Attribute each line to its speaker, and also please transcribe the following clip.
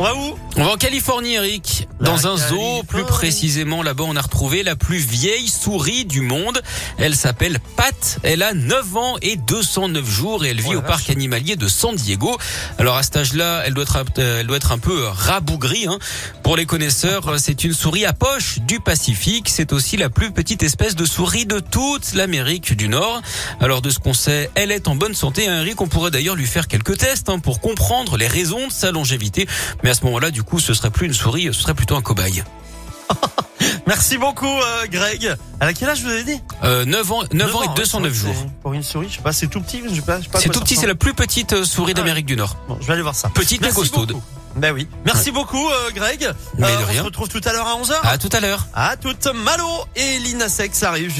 Speaker 1: On va où
Speaker 2: On va en Californie, Eric, dans un zoo,
Speaker 1: Californie.
Speaker 2: plus précisément là-bas, on a retrouvé la plus vieille souris du monde. Elle s'appelle Pat, elle a 9 ans et 209 jours et elle vit
Speaker 1: Oh la
Speaker 2: au parc animalier de San Diego. Alors à cet âge-là, elle, doit être un- euh, elle doit être un peu rabougrie. hein. Pour les connaisseurs, euh, c'est une souris à poche du Pacifique. C'est aussi la plus petite espèce de souris de toute l'Amérique du Nord. Alors de ce qu'on sait, elle est en bonne santé. hein, Eric, on pourrait d'ailleurs lui faire quelques tests hein, pour comprendre les raisons de sa longévité. Mais à ce moment-là, du coup, ce serait plus une souris, ce serait plutôt un cobaye.
Speaker 1: Merci beaucoup, euh, Greg. À quel âge vous avez dit
Speaker 2: Euh, 9 ans, 9 ans
Speaker 1: Neuf
Speaker 2: et
Speaker 1: ouais,
Speaker 2: 209
Speaker 1: c'est vrai
Speaker 2: jours.
Speaker 1: que c'est- Pour une souris, je sais pas, c'est tout petit, je sais pas. je sais pas à
Speaker 2: C'est
Speaker 1: quoi
Speaker 2: tout
Speaker 1: ça
Speaker 2: petit, c'est la
Speaker 1: ressemble.
Speaker 2: plus petite euh, souris
Speaker 1: Ah
Speaker 2: d'Amérique du Nord.
Speaker 1: Bon, je vais aller voir ça.
Speaker 2: Petite et
Speaker 1: Merci
Speaker 2: costaude.
Speaker 1: beaucoup. Ben oui. Merci beaucoup, euh, Greg.
Speaker 2: Mais de
Speaker 1: on
Speaker 2: rien.
Speaker 1: se retrouve tout à l'heure à 11h.
Speaker 2: À tout à l'heure.
Speaker 1: À toute. Malo et Lina Sex arrivent.